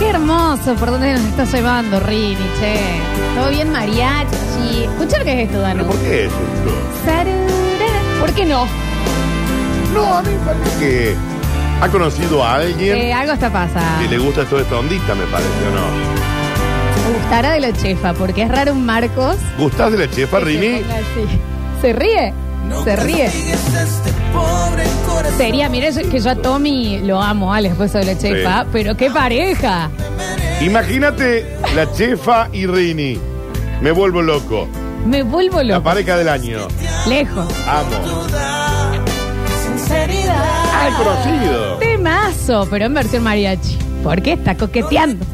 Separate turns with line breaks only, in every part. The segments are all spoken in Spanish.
hermoso por dónde nos está llevando, Rini, che. Todo bien mariachi. Escucha lo que es esto, Danu.
¿Pero por qué es esto?
Sarurara. ¿Por qué no?
No, a mí me parece que ha conocido a alguien
Eh, algo está
que
pasando.
le gusta toda esta ondita, me parece, ¿o no?
Me gustará de la chefa, porque es raro un Marcos.
¿Gustás de la chefa,
que se
Rini?
ponga así. Se ríe. Se ríe. Sería, mira yo- que yo a Tommy lo amo al esposo de la chefa,
Sí.
pero qué pareja.
Imagínate la chefa y Rini. Me vuelvo loco.
Me vuelvo
La
loco.
pareja del año.
Lejos.
Amo. Ah, he conocido.
Temazo, pero en versión mariachi. ¿Por qué está coqueteando?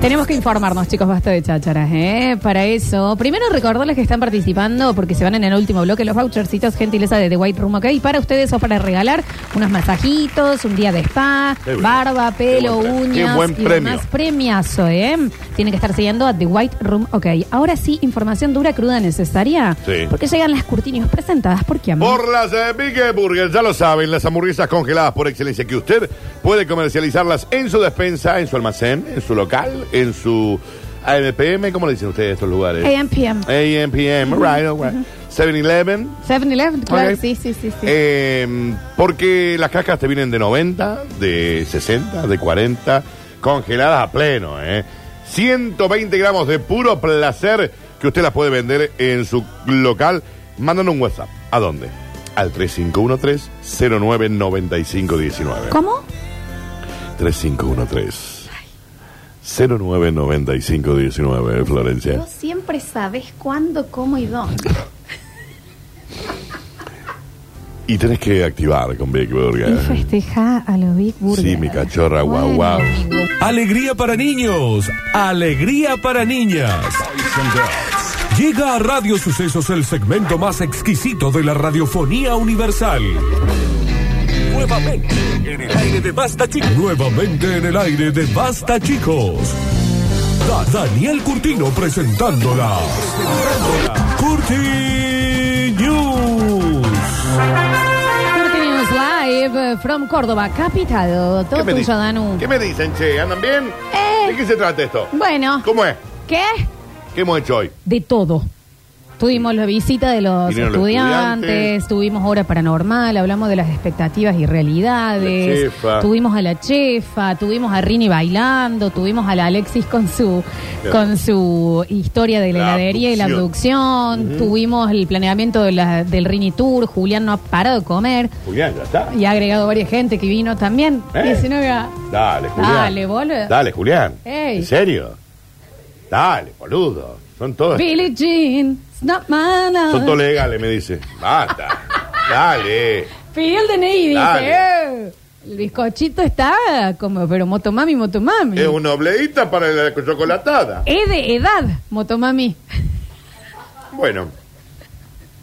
Tenemos que informarnos, chicos, basta de chácharas, ¿eh? Para eso, primero recordarles que están participando porque se van en el último bloque los vouchercitos gentileza de The White Room, ¿ok? Para ustedes o para regalar unos masajitos, un día de spa,
Qué bien.
barba, pelo,
Qué buen pre-
uñas
qué buen
y
premio.
demás premiazo, ¿eh? Tienen que estar siguiendo a The White Room, ¿ok? Ahora sí, información dura, cruda, necesaria.
Sí.
Porque llegan las curtinios presentadas por quién.
Por las eh, Big Burgers, ya lo saben, las hamburguesas congeladas por excelencia que usted puede comercializarlas en su despensa, en su almacén, en su local, en su AMPM, ¿cómo le dicen ustedes a estos lugares?
AM, PM.
AMPM, right, right. 7-Eleven.
7-Eleven, claro,
Ok.
sí, sí, sí. sí.
Eh, porque las cajas te vienen de 90, de 60, de 40, congeladas a pleno, ¿eh? 120 gramos de puro placer que usted las puede vender en su local. Mándale un WhatsApp. ¿A dónde? Al 3513-099519.
¿Cómo?
3513-099519, Florencia.
Vos siempre sabes cuándo, cómo y dónde.
Y tenés que activar con Big Burger.
Y festeja a los Big Burger.
Eh, Sí, mi cachorra, guau,
Bueno,
guau.
amigo.
Alegría para niños, alegría para niñas. Llega a Radio Sucesos el segmento más exquisito de la radiofonía universal. Nuevamente en el aire de Basta Chicos. Nuevamente en el aire de Basta Chicos. Da- Daniel Curtino presentándola. Curti News.
Curti News Live eh, from Córdoba, capital. Todo
me
tuyo,
dicen?
Danu.
¿Qué me dicen, che? ¿Andan bien?
Eh.
¿De qué se trata esto?
Bueno,
¿Cómo es?
¿qué?
¿Qué hemos hecho hoy?
De todo. Tuvimos la visita de los
Vinieron
estudiantes,
los estudiantes.
tuvimos hora paranormal, hablamos de las expectativas y
La
realidades,
chefa.
tuvimos a la chefa, tuvimos a Rini bailando, tuvimos a la Alexis con su
Claro.
con su historia de la,
La
heladería y la abducción, tuvimos el planeamiento de la- del Rini Tour, Julián no ha parado de comer
Julián, ya está.
y ha agregado varias gente que vino también.
Eh.
19 a-
Dale, Julián.
Dale, boludo.
Dale, Julián.
Ey.
¿En serio? Dale, boludo. Son todos.
Billie Jean, Snapman,
Son todos legales, me dice. Basta. Dale.
Pidió el DNI y
Dale.
dije, "Eh, el bizcochito está como, pero motomami, motomami.
Es una obleíta para la chocolatada.
Es de edad, motomami.
Bueno.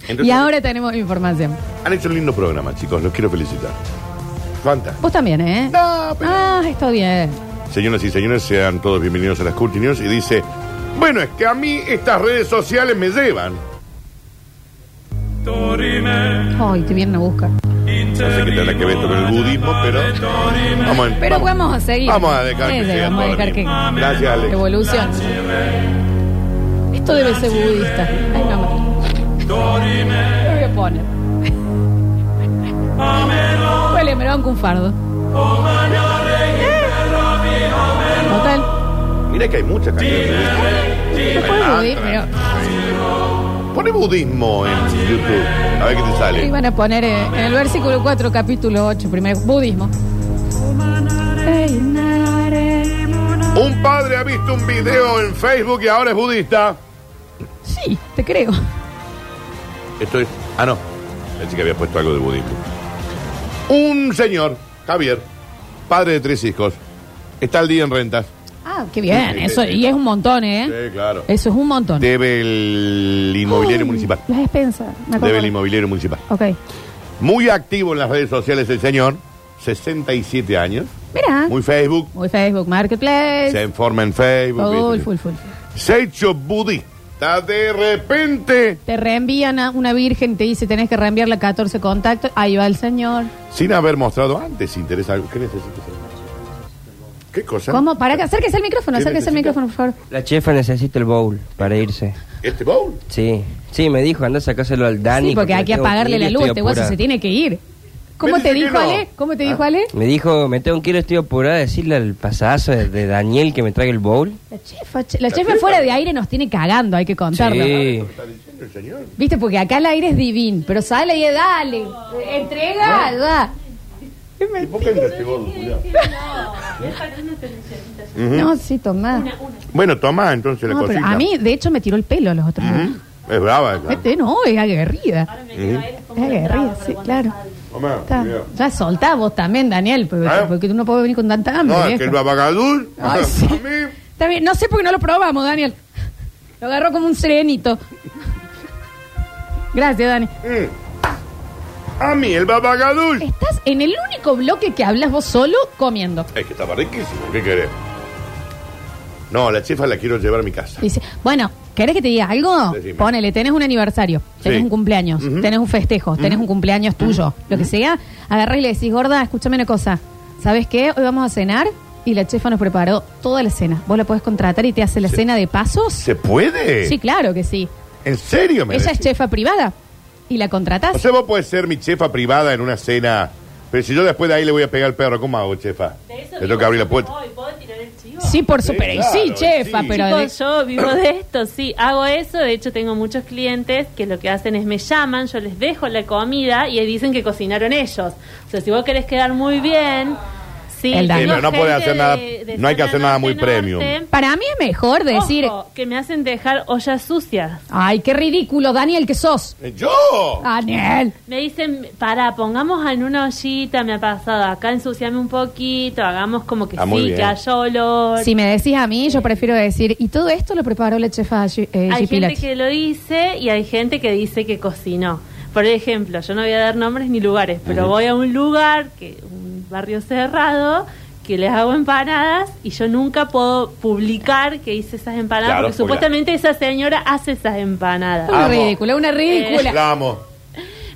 Entonces,
Y ahora tenemos información.
Han hecho un lindo programa, chicos. Los quiero felicitar. Fantástico.
Vos también, ¿eh?
No, pero-
Ah, está bien.
Señoras y señores, sean todos bienvenidos a las Curti News. Y dice, bueno, es que a mí estas redes sociales me llevan.
Ay, te vienen a buscar.
No sé qué tendrá que ver esto con el budismo, pero vamos, en-
Pero vamos a seguir.
Vamos a dejar que
Eh,
sea
Vamos a dejar que
todo bien. Gracias, Alex.
evolucione. Esto debe ser budista. Ay, no. Lo voy a poner. Huele, me lo banco un fardo. Total.
Mira que hay muchas canciones. ¿eh?
No
Hay
puedo
mantras.
budismo, pero...
Pone budismo en YouTube. A ver qué te
Y
sale.
van a poner eh, en el versículo 4, capítulo 8, primero, budismo.
Un padre ha visto un video en Facebook y ahora es budista.
Sí, te creo.
Esto es. Ah, no. Pensé que había puesto algo de budismo. Un señor, Javier, padre de tres hijos, está al día en rentas.
Ah, qué bien.
Sí, sí,
Eso,
sí.
y es un montón, ¿eh?
Sí, claro.
Eso es un montón.
Debe el inmobiliario municipal.
Las expensas. me acuerdo.
Debe el inmobiliario municipal.
Ok.
Muy activo en las redes sociales el señor, 67 años.
Mira.
Muy Facebook,
Muy Facebook Marketplace.
se informa en Facebook.
Todo
¿viste?
el full, full.
Se ha hecho budista de repente,
Te reenvían a una virgen, te dice tenés que reenviar la 14 contactos. Ahí va el señor.
sin haber mostrado antes interés algo. ¿Qué necesitas? hermano? ¿Qué cosa?
¿Cómo? Para que acérquese el micrófono,
¿Qué
acérquese el
necesita?
micrófono, por favor.
La chefa necesita el bowl para irse.
¿Este bowl?
Sí, sí, me dijo, anda a sacárselo al Dani.
sí, porque hay que
tengo
apagarle
ir,
la luz,
estoy
este guaso
apurada.
se tiene que ir. ¿Cómo
Me
te
dice que
dijo
no. Ah.
Ale? ¿Cómo te dijo Ale?
Me dijo, me tengo que ir, estoy apurada, decirle al pasazo de, de Daniel que me traiga el bowl.
La chefa, che- la chefa fuera de aire nos tiene cagando, hay que contarlo.
Sí,
¿Está diciendo el señor?
Viste, porque acá el aire es divino, pero sale y es, dale, entrega, da.
¿Y por qué entra este bowl, ¿Eh? Julián?
No, sí, tomá.
Bueno, toma entonces la
No, pero
cosita.
a mí, de hecho, me tiró el pelo los otros días.
Ujú. Es brava. claro.
Este no, es aguerrida. Es aguerrida, sí, claro.
Tomá,
Está.
mira.
Ya soltá vos también, Daniel, porque,
¿Eh?
porque tú no puedes venir con tanta hambre.
No, es
viejo.
que el babagadul.
Ay, sí.
A mí.
Está bien, no sé por qué no lo probamos, Daniel. Lo agarró como un serenito. Gracias, Dani.
mm. A mí, el babagadul.
Estás en el único bloque que hablas vos solo comiendo.
Es que estaba riquísimo. ¿Qué querés? No, la chefa la quiero llevar a mi casa.
Dice, bueno, ¿querés que te diga algo?
Decime.
Ponele, tenés un aniversario, tenés
Sí.
un cumpleaños,
Ujú.
tenés un festejo, tenés un cumpleaños tuyo, lo que sea. Agarrás y le decís, gorda, escúchame una cosa. ¿Sabes qué? Hoy vamos a cenar y la chefa nos preparó toda la cena. Vos la podés contratar y te hace la cena de pasos.
¿Se puede?
Sí, claro que sí.
¿En serio me
Ella es
decís?
chefa privada y la contratás.
O sea, vos podés ser mi chefa privada en una cena. Pero si yo después de ahí le voy a pegar al perro, ¿cómo hago, chefa? Le tengo que abrir la puerta.
Hoy puedo tirar el chivo.
Sí, por
Sí,
super. y
claro,
sí, chefa,
sí.
pero.
Chicos,
de-
yo vivo de esto, sí, hago eso, de hecho tengo muchos clientes que lo que hacen es me llaman, yo les dejo la comida y ahí dicen que cocinaron ellos. O sea, si vos querés quedar muy bien, sí,
Ah. El daño.
tengo
Sí,
pero no podés
gente
hacer nada- no hay que
zona
hacer nada muy
norte,
premium.
norte.
Para mí es mejor decir.
Ojo, que me hacen dejar ollas sucias.
Ay, qué ridículo, Daniel, que sos.
Eh, ¡Yo!
Ah, Daniel.
Me dicen, para, pongamos en una ollita, me ha pasado, acá ensuciame un poquito, hagamos como que
Ah, muy
sí,
bien.
que haya olor.
Si me decís a mí, yo prefiero decir. Y todo esto lo preparó la chefa G- eh,
Hay
G.
gente
Pilati.
que lo dice y hay gente que dice que cocinó. Por ejemplo, yo no voy a dar nombres ni lugares, pero voy a un lugar, que un barrio cerrado, que les hago empanadas y yo nunca puedo publicar que hice esas empanadas
Claro,
porque
porque-
supuestamente esa señora hace esas empanadas.
Una
Amo.
ridícula, una
Eh,
ridícula.
La amo.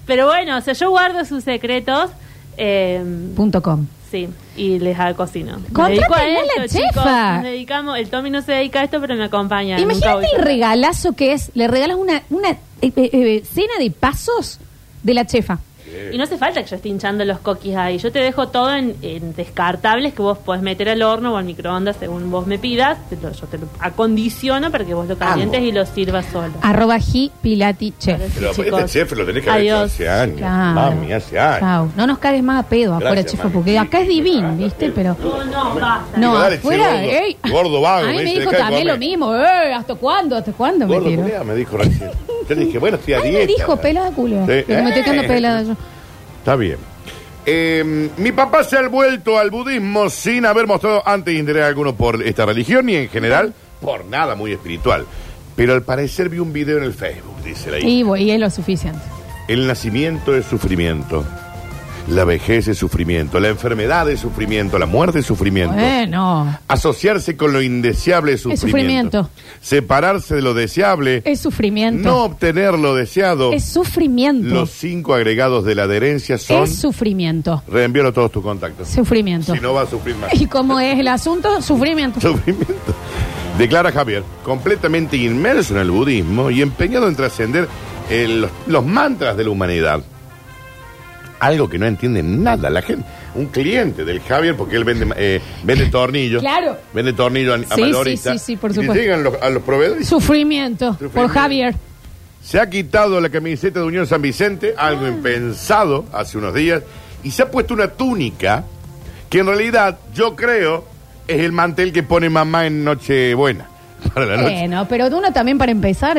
Pero bueno, o sea, yo guardo sus secretos. eh,
Punto com.
Sí, y les hago cocino. Me
Contraten
dedico
a la
esto, chicos.
chefa.
Nos dedicamos, el Tommy no se dedica a esto, pero me acompaña. nunca voy
Imagínate el
sola.
regalazo que es. Le regalas una, una eh, eh, eh, cena de pasos de la chefa.
Y no hace falta que yo esté hinchando los coquis ahí. Yo te dejo todo en, en descartables que vos podés meter al horno o al microondas según vos me pidas. Te lo- yo te lo acondiciono para que vos lo calientes y lo sirvas solo.
Arroba G. Pilati Chef.
Parece-
Pero
Sí,
este
chicos.
chef lo tenés que haber hecho
Adiós.
hace años.
Claro.
Mami, hace años.
Chau. No nos cagues más a pedo afuera,
Gracias,
chefa,
mami.
porque acá es
Sí,
divino,
claro.
¿viste? Pero.
No, no, basta.
No,
Digo, dale, che,
afuera,
gordo.
ey.
Gordo vago,
A mí
me
me
dice,
dijo
dejá de
también
comer.
lo mismo. Eh, ¿Hasta cuándo? ¿Hasta cuándo?
Gordo,
me tiró.
culiao, me dijo recién. Yo le dije, bueno, estoy a
Ay,
dieta.
me dijo pelada culo.
Sí.
Pero me estoy quedando
Eh.
pelada yo.
Está bien. Eh, mi papá se ha vuelto al budismo sin haber mostrado antes interés alguno por esta religión y en general por nada muy espiritual. Pero al parecer vi un video en el Facebook, dice la hija.
Y, voy, y es lo suficiente.
El nacimiento es sufrimiento. La vejez es sufrimiento. La enfermedad es sufrimiento. La muerte es sufrimiento.
Bueno,
Asociarse con lo indeseable es
Es
sufrimiento.
sufrimiento.
Separarse de lo deseable.
es sufrimiento.
no obtener lo deseado.
Es sufrimiento.
Los cinco agregados de la adherencia son.
Es sufrimiento.
Reenvíalo a todos tus contactos.
Sufrimiento.
Si no va a sufrir más.
¿Y cómo es el asunto? Sufrimiento.
Sufrimiento. Declara Javier, completamente inmerso en el budismo y empeñado en trascender eh, los, los mantras de la humanidad. Algo que no entiende nada la gente. Un cliente del Javier, porque él vende, eh, vende tornillos.
Claro.
Vende tornillos a, a
Sí,
mayorista,
sí, sí, sí, por
y
supuesto.
llegan los- a los proveedores.
Sufrimiento. Por
Sufrimiento.
Javier.
Se ha quitado la camiseta de Unión San Vicente,
Mm.
algo impensado hace unos días, y se ha puesto una túnica que en realidad yo creo es el mantel que pone mamá en Nochebuena. Para la noche.
Bueno, pero de uno también para empezar.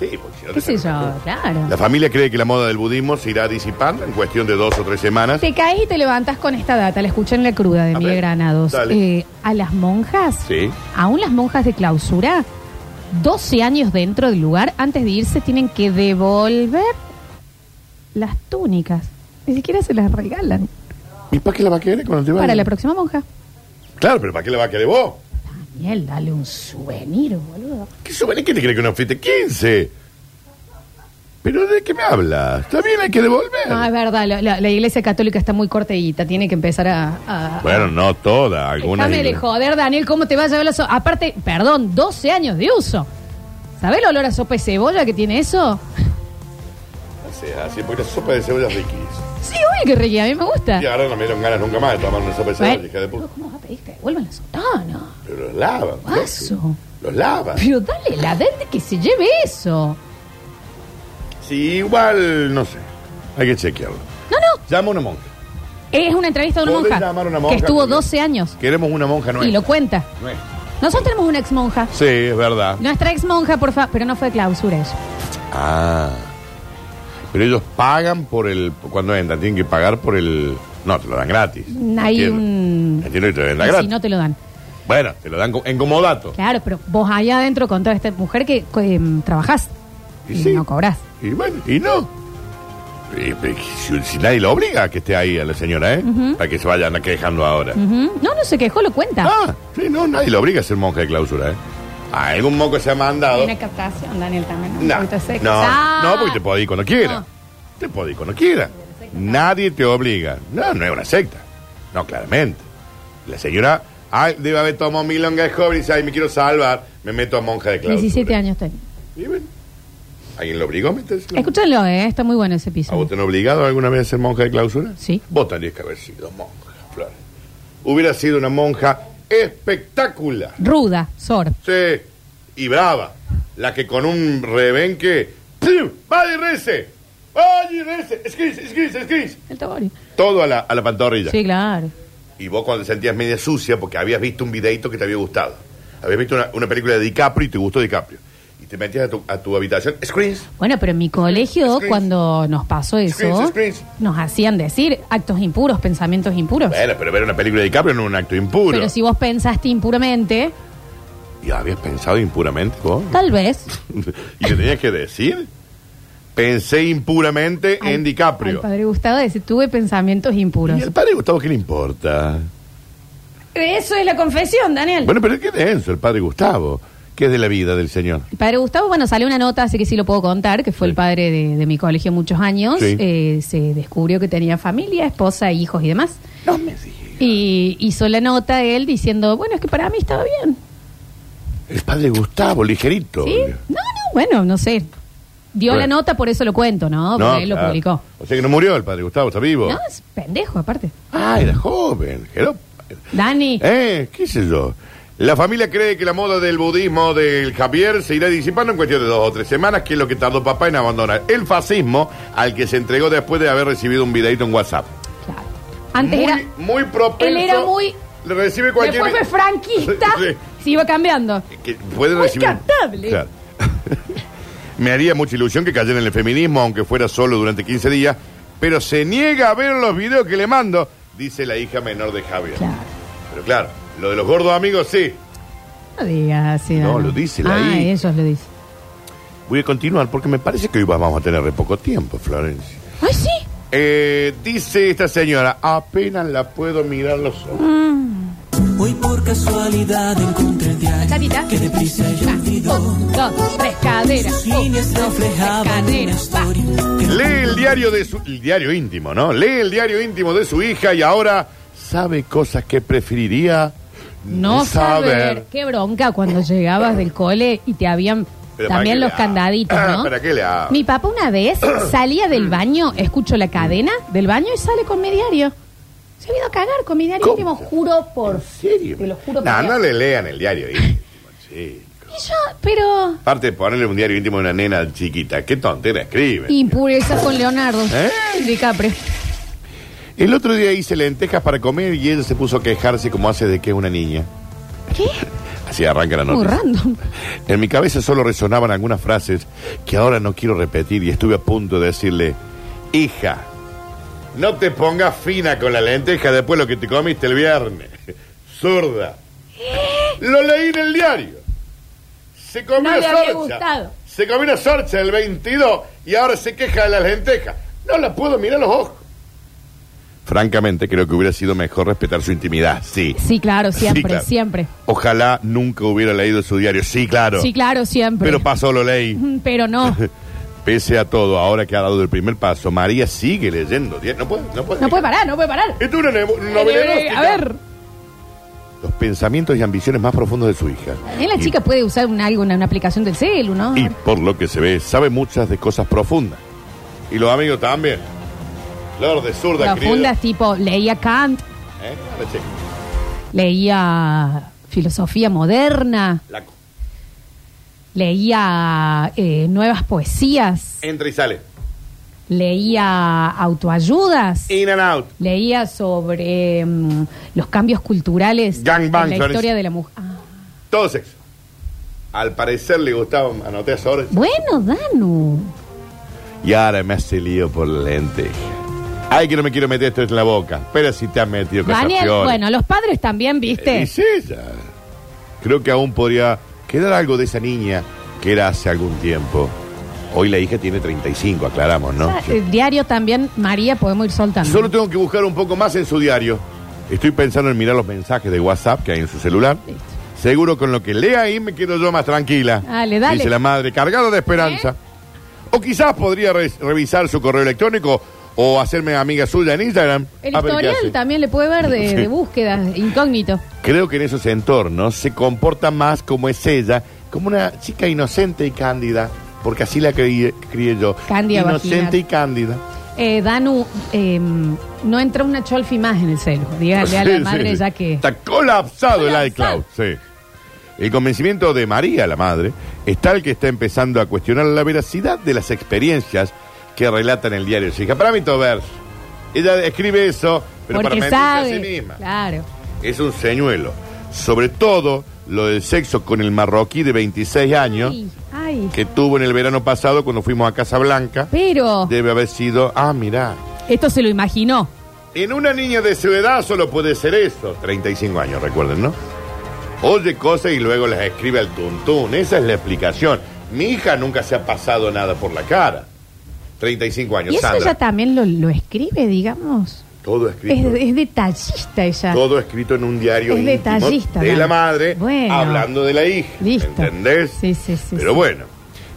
Sí, porque si no
Eh, ¿Qué
te
sé
sacan
yo?
la
Claro.
culpa. La familia cree que la moda del budismo se irá disipando en cuestión de dos o tres semanas.
Te caes y te levantas con esta data, la escuché en la cruda de
A
Miguel
ver,
Granados.
dale.
Eh, a las monjas,
Sí.
aún las monjas de clausura, 12 años dentro del lugar, antes de irse tienen que devolver las túnicas. Ni siquiera se las regalan
¿Y para qué la va a querer cuando te vaya?
para la próxima monja.
Claro, pero ¿para qué la va a querer vos?
Daniel, dale un souvenir, boludo.
¿Qué souvenir? ¿Qué te cree que no fuiste 15? Pero ¿de qué me hablas? Está bien, hay que devolver.
No, es verdad, la, la- la iglesia católica está muy cortadita, tiene que empezar a... a-
bueno, no toda, algunas.
Déjame de
iglesias.
joder, Daniel, ¿cómo te va a llevar la sopa? Aparte, perdón, 12 años de uso. ¿Sabés el olor a sopa de cebolla que tiene eso?
Así, así, porque la sopa de cebolla es riquísima.
Sí, obvio que riquí, a mí me gusta.
Y ahora no me dieron ganas nunca más de tomar una sopa de cebolla,
Bueno,
hija de puta.
¿Cómo vas a pedir que devuelvan la sopa? No.
Pero los lavan.
Guaso.
Los lavan.
Pero dale la gente que se lleve eso.
Sí, igual, no sé. Hay que chequearlo.
No, no.
Llama a una monja.
Es una entrevista de una
¿Podés
monja,
llamar a una monja
que estuvo
también?
12 años
Queremos una monja nueva.
y lo cuenta.
Nuestra.
Nosotros tenemos una ex monja.
Sí, es verdad.
Nuestra ex monja, por favor, pero no fue de clausura eso.
Ah. Pero ellos pagan por el. Cuando entran, tienen que pagar por el. No, te lo dan gratis.
Hay
Entiendo.
un-
Entiendo que te lo dan
Y
gratis.
si no te lo dan.
Bueno, te lo dan co- en comodato.
Claro, pero vos allá adentro con toda esta mujer que co- em, trabajás y,
sí.
no cobrás.
Y bueno, y no. Y- y Si, si nadie lo obliga a que esté ahí a la señora, ¿eh? Para que se vayan a quejando ahora.
Ujú. No, no se quejó, lo cuenta.
Ah, sí, no, nadie lo obliga a ser monja de clausura, ¿eh? A algún moco se ha mandado.
Hay una captación, Daniel, también. ¿no? Un
No,
poquito sexy.
no,
Ah.
no, porque te podés ir cuando quiera.
No.
Te podés ir cuando quiera. Nadie te obliga. No, no es una secta. No, claramente. La señora, ay, debe haber tomado milonga de joven y dice, ay, me quiero salvar, me meto a monja de clausura.
17 años tengo.
Y bueno, ¿alguien lo obligó a meterse?
Escúchenlo, eh, está muy bueno ese
¿A vos te
episodio.
han obligado alguna vez a ser monja de clausura?
Sí.
Vos tendrías que haber sido monja, Flores. Hubiera sido una monja espectacular.
Ruda, Sor.
Sí, y brava. La que con un rebenque. ¡pum! ¡Vaya y rece! ¡Vaya y rece! ¡Esquís, esquís, esquís!
El Tabori.
Todo a la, a la pantorrilla.
Sí, claro.
Y vos cuando te sentías media sucia porque habías visto un videito que te había gustado. Habías visto una, una película de DiCaprio y te gustó DiCaprio. Y te metías a tu, a tu habitación. ¡Esquís!
Bueno, pero en mi colegio,
Screens.
cuando nos pasó eso,
Screens, screens.
nos hacían decir actos impuros, pensamientos impuros.
Bueno, pero ver una película de DiCaprio no es un acto impuro.
Pero si vos pensaste impuramente,
¿Y habías pensado impuramente vos?
tal vez.
¿Y te tenías que decir? Pensé impuramente en DiCaprio.
El padre Gustavo dice, tuve pensamientos impuros.
¿Y el padre Gustavo qué le importa?
Eso es la confesión, Daniel.
Bueno, pero qué denso el padre Gustavo, que es de la vida del señor.
El padre Gustavo, bueno, salió una nota, así que sí lo puedo contar, que fue
Sí.
el padre de, de mi colegio muchos años.
Sí.
Eh, se descubrió que tenía familia, esposa, hijos y demás.
No me digas.
Y hizo la nota él diciendo, bueno, es que para mí estaba bien.
El padre Gustavo, ligerito.
¿Sí? No, no, bueno, no sé. Dio
Bueno.
la nota, por eso lo cuento, ¿no? Porque él lo
claro. Oh.
publicó.
ah, O sea que no murió el padre Gustavo, está vivo.
No, es pendejo, aparte.
Ah, era joven. Era-
Dani,
Eh, qué sé yo. La familia cree que la moda del budismo del Javier se irá disipando en cuestión de dos o tres semanas, que es lo que tardó papá en abandonar el fascismo al que se entregó después de haber recibido un videito en WhatsApp.
claro. Antes
muy,
era.
muy propenso.
él era muy-
Le recibe cualquier.
Después fue franquista,
Sí.
se iba cambiando.
que puede
Muy
recibir.
captable.
Claro. Me haría mucha ilusión que cayera en el feminismo, aunque fuera solo durante 15 días, pero se niega a ver los videos que le mando, dice la hija menor de Javier.
Claro.
Pero claro, lo de los gordos amigos sí.
No digas así.
No,
Dani.
lo dice la
Ah,
I.
ellos lo dicen.
Voy a continuar porque me parece que hoy vamos a tener re poco tiempo, Florencia.
¡Ay, sí!
Eh, dice esta señora, apenas la puedo mirar los ojos.
Hoy por casualidad encontré el diario
Chatita.
que
Ah,
deprisa yo olvidó.
Un, dos, tres caderas. Un,
Líneas
dos, tres
reflejaban una
caderas. Oh. Va.
historia que
Mm.
Lee el diario de su... El diario íntimo, ¿no? Lee el diario íntimo de su hija y ahora sabe cosas que preferiría
No saber. Qué bronca cuando llegabas del cole y te habían
Pero ¿para
también
qué
los
le hablo? Ah,
candaditos, ¿no?
¿Para qué le hablo?
Mi papá una vez salía del baño, escucho la cadena del baño y sale con mi diario. Se ha ido a cagar con mi diario
¿Cómo?
íntimo, juro por...
¿En serio?
Te lo juro por
No,
Dios.
no le lean el diario íntimo, chicos.
Y yo, pero...
Aparte de ponerle un diario íntimo a una nena chiquita, qué tontera escribe.
Impureza con Leonardo.
¿Eh?
DiCaprio.
El otro día hice lentejas para comer y ella se puso a quejarse como hace de que es una niña.
¿Qué?
Así arranca la
Muy
noticia.
random.
En mi cabeza solo resonaban algunas frases que ahora no quiero repetir y estuve a punto de decirle, hija, no te pongas fina con la lenteja después de lo que te comiste el viernes. Zurda. Lo leí en el diario. Se comió
No
una
le había
sorcha.
gustado.
Se comió una sorcha el 22 y ahora se queja de las lentejas. No la puedo mirar a los ojos. Francamente, creo que hubiera sido mejor respetar su intimidad. Sí.
Sí, claro, siempre,
Sí, claro.
siempre.
Ojalá nunca hubiera leído su diario. Sí, claro.
Sí, claro, siempre.
Pero pasó, lo leí.
Mm, Pero no.
Pese a todo, ahora que ha dado el primer paso, María sigue leyendo. No puede, no puede.
No puede parar, no puede parar.
Esto es una nevo-
Eh,
novela
eh,
erótica.
A ver,
Los pensamientos y ambiciones más profundos de su hija.
también eh, la
Y-
chica puede usar un, algo, una, una aplicación del celu, ¿no?
Y por lo que se ve, sabe muchas de cosas profundas. Y los amigos también. Lord de zurda, querido.
Profundas, tipo, leía Kant,
¿Eh? A ver, che,
leía filosofía moderna,
Laco.
leía eh, nuevas poesías,
Entra y sale.
leía autoayudas.
In and out.
Leía sobre mm, los cambios culturales
Gangbang,
en la
Florencia.
historia de la mujer. Ah,
Todo sexo. Al parecer le gustaba, anoté a horas.
bueno, Danu.
Y ahora me hace lío por la lenteja. Ay, que no me quiero meter esto en la boca. Pero si te has metido cosas
Daniel,
peores.
bueno, los padres
Eh,
también, ¿viste?
Dice ella. Creo que aún podría quedar algo de esa niña que era hace algún tiempo. Hoy la hija tiene 35, aclaramos, ¿no?
Ah, El diario también, María, podemos ir soltando.
Solo tengo que buscar un poco más en su diario. Estoy pensando en mirar los mensajes de WhatsApp que hay en su celular.
Listo.
Seguro con lo que lea ahí me quedo yo más tranquila.
Dale, ¿Eh? dale.
Dice la madre, cargada de esperanza. O quizás podría re- revisar su correo electrónico o hacerme amiga suya en Instagram.
El
A ver qué hace.
historial también le puede ver de,
Sí.
de búsquedas, incógnito.
Creo que en esos entornos se comporta más como es ella, como una chica inocente y cándida, porque así la crié, crié yo.
Cándida
inocente
vagina.
y cándida.
Eh, Danu, eh, no entró una cholfi más en el celo. Dígale a la
Sí,
madre
sí.
ya que...
Está colapsado el
Colapsado.
iCloud, sí. El convencimiento de María, la madre, es tal que está empezando a cuestionar la veracidad de las experiencias que relatan el diario. de su hija. para mí todo verso. Ella escribe eso, pero
porque
para mentirse
sabe.
a sí misma.
Claro.
Es un señuelo. Sobre todo lo del sexo con el marroquí de 26 años
Ay, ay.
que tuvo en el verano pasado cuando fuimos a Casa Blanca.
Pero
Debe haber sido, ah, mirá.
esto se lo imaginó.
En una niña de su edad solo puede ser eso. 35 años, recuerden, ¿no? Oye cosas y luego las escribe al tuntún. Esa es la explicación. Mi hija nunca se ha pasado nada por la cara. 35 años,
Y eso
Sandra.
ella también lo, lo escribe, digamos.
Todo
Es,
escrito.
es detallista ella.
Todo escrito en un diario
Es
íntimo
detallista,
de
Dan.
la madre
Bueno.
hablando de la hija.
Listo.
¿Entendés?
Sí, sí, sí,
Pero
sí.
bueno.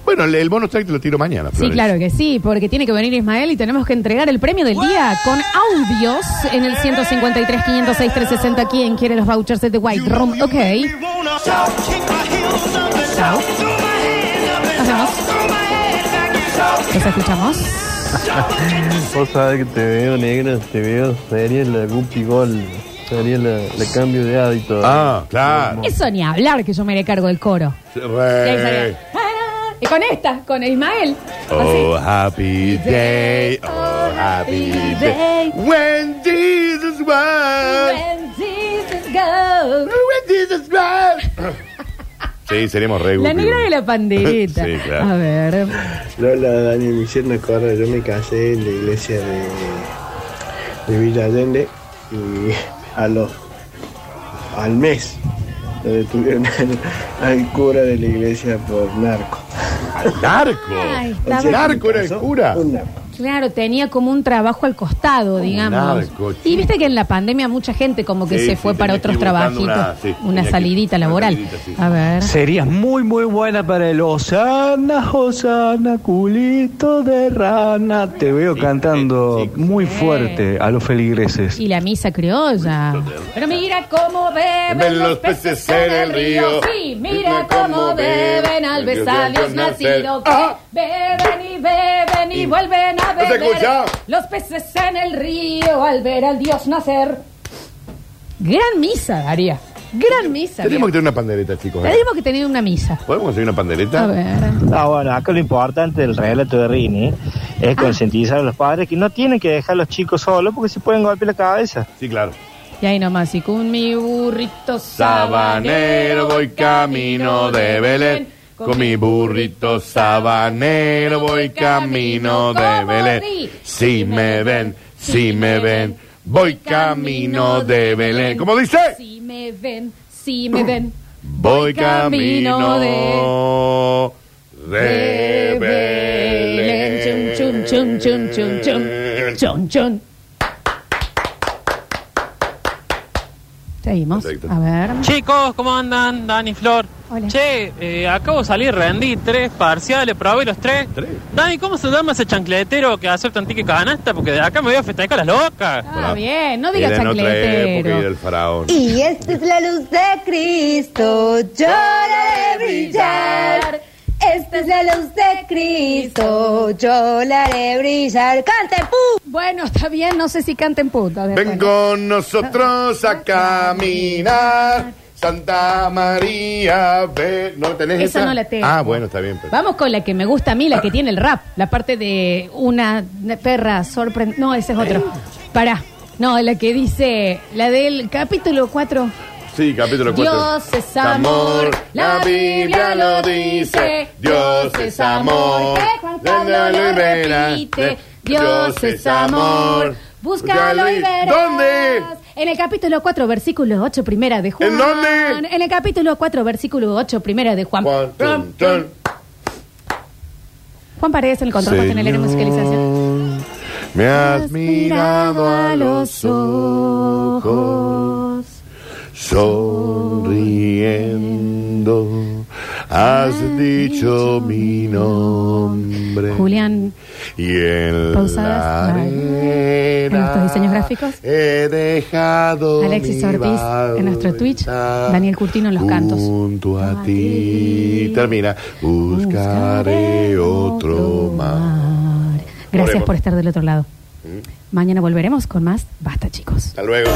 Bueno, el bono track te lo tiro mañana,
Sí,
Florencia.
claro que sí, porque tiene que venir Ismael y tenemos que entregar el premio del día con audios en el 153 506 360 aquí en Quiere los Vouchers de The White Room. Ok. Chao. Nos vemos. Nos escuchamos.
Vos sabés que te veo negra, te veo sería la Guppy Gol, sería la, la cambio de hábito.
Ah, claro.
Eso ni hablar que yo me le cargo el coro. Y ahí sale.
Re-
Y con esta, con Ismael.
Oh, happy day, oh, happy day. When Jesus was.
When Jesus goes.
When Jesus was. Sí, seremos re
La
gupi,
negra
gupi.
de la pandereta.
Sí,
A
claro.
ver.
Lola, Daniel, me hicieron acordar, yo me casé en la iglesia de, de Villa Allende y a los, al mes lo detuvieron al, al cura de la iglesia por narco.
Al narco.
Ah. Ay,
O sea,
estaba
que me
Narco era el
casó
cura.
Un narco.
Claro, tenía como un trabajo al costado, digamos.
narco, chico.
y viste que en la pandemia mucha gente como que
Sí,
se
sí,
fue para
tenía que
otros
ir buscando
trabajitos, una,
una- sí, tenía que-
salidita
una
laboral.
salidita, sí.
A ver.
Serías muy muy buena para el Osana, Osana, culito de rana. Te veo cantando muy fuerte a los feligreses.
Y la misa criolla. Pero mira cómo beben los peces en el río. Sí, mira cómo beben al besar a Dios nacido.
Ah.
Beben y beben y vuelven a
¿No se
beber.
escucha?
Los peces en el río al ver al Dios nacer. Gran misa, Daría. Gran misa.
Tenemos que
bien.
tener una pandereta, chicos. ¿eh?
Tenemos que tener una misa.
¿Podemos conseguir una pandereta?
A ver.
Ah, bueno, acá lo importante del relato de Rini es concientizar a los padres que no tienen que dejar a los chicos solos porque se pueden golpear la cabeza.
Sí, claro.
Y ahí nomás, y con mi burrito
Sabanero voy camino de Belén. Con mi burrito sabanero voy camino de Belén. Si me ven, si me ven, voy camino de Belén. ¿Cómo dice?
Si me ven, si me ven.
Voy camino de Belén.
Chum, chum, chum, chum, chum, chum. Chum, chum. Seguimos.
Perfecto.
A ver.
Chicos, ¿cómo andan? Dani Flor.
Hola.
Che, eh, acabo de salir, rendí tres parciales, probé los tres.
Tres.
Dani, ¿cómo se llama ese chancletero que acepta antique canasta? Porque de acá me voy a festejar a las locas.
Ah, bien, no digas
Era en otra época y
chancletero.
del faraón.
Y esta es la luz de Cristo, yo de brillar. Esta es la luz de Cristo, yo la haré brillar. ¡Canta, pu!
Bueno, está bien, no sé si canten puto. después.
Ven con nosotros a caminar. Santa María, ve. ¿No tenés
Esa
esa?
no la tengo.
Ah, bueno, está bien. Ah. pero-
Vamos con la que me gusta a mí, la que tiene el rap. La parte de una perra sorprendente. No, ese es otro. Pará. No, la que dice, la del capítulo 4.
Sí, capítulo 4.
Dios es amor, la Biblia lo dice. Dios es amor, búscalo lo repite. Dios es amor, búscalo y verás.
¿Dónde?
En el capítulo 4, versículo 8, primera de Juan.
¿En dónde?
En el capítulo 4, versículo 8, primera de Juan.
Juan, tun, tun.
Juan Paredes en el control, en el musicalización.
Me has mirado a los ojos, sonriendo, has dicho mi nombre.
Julián,
Y en la
Pausadas, vale. En nuestros diseños gráficos.
He dejado
Alexis
mi
Ortiz en nuestro Twitch,
barca
Daniel Curtino en los cantos.
Junto a
A ti.
ti. Termina. Buscaré otro más.
Gracias
Oremos. ¿Mm?
por estar del otro lado. Mañana volveremos con más Basta, chicos.
Hasta luego.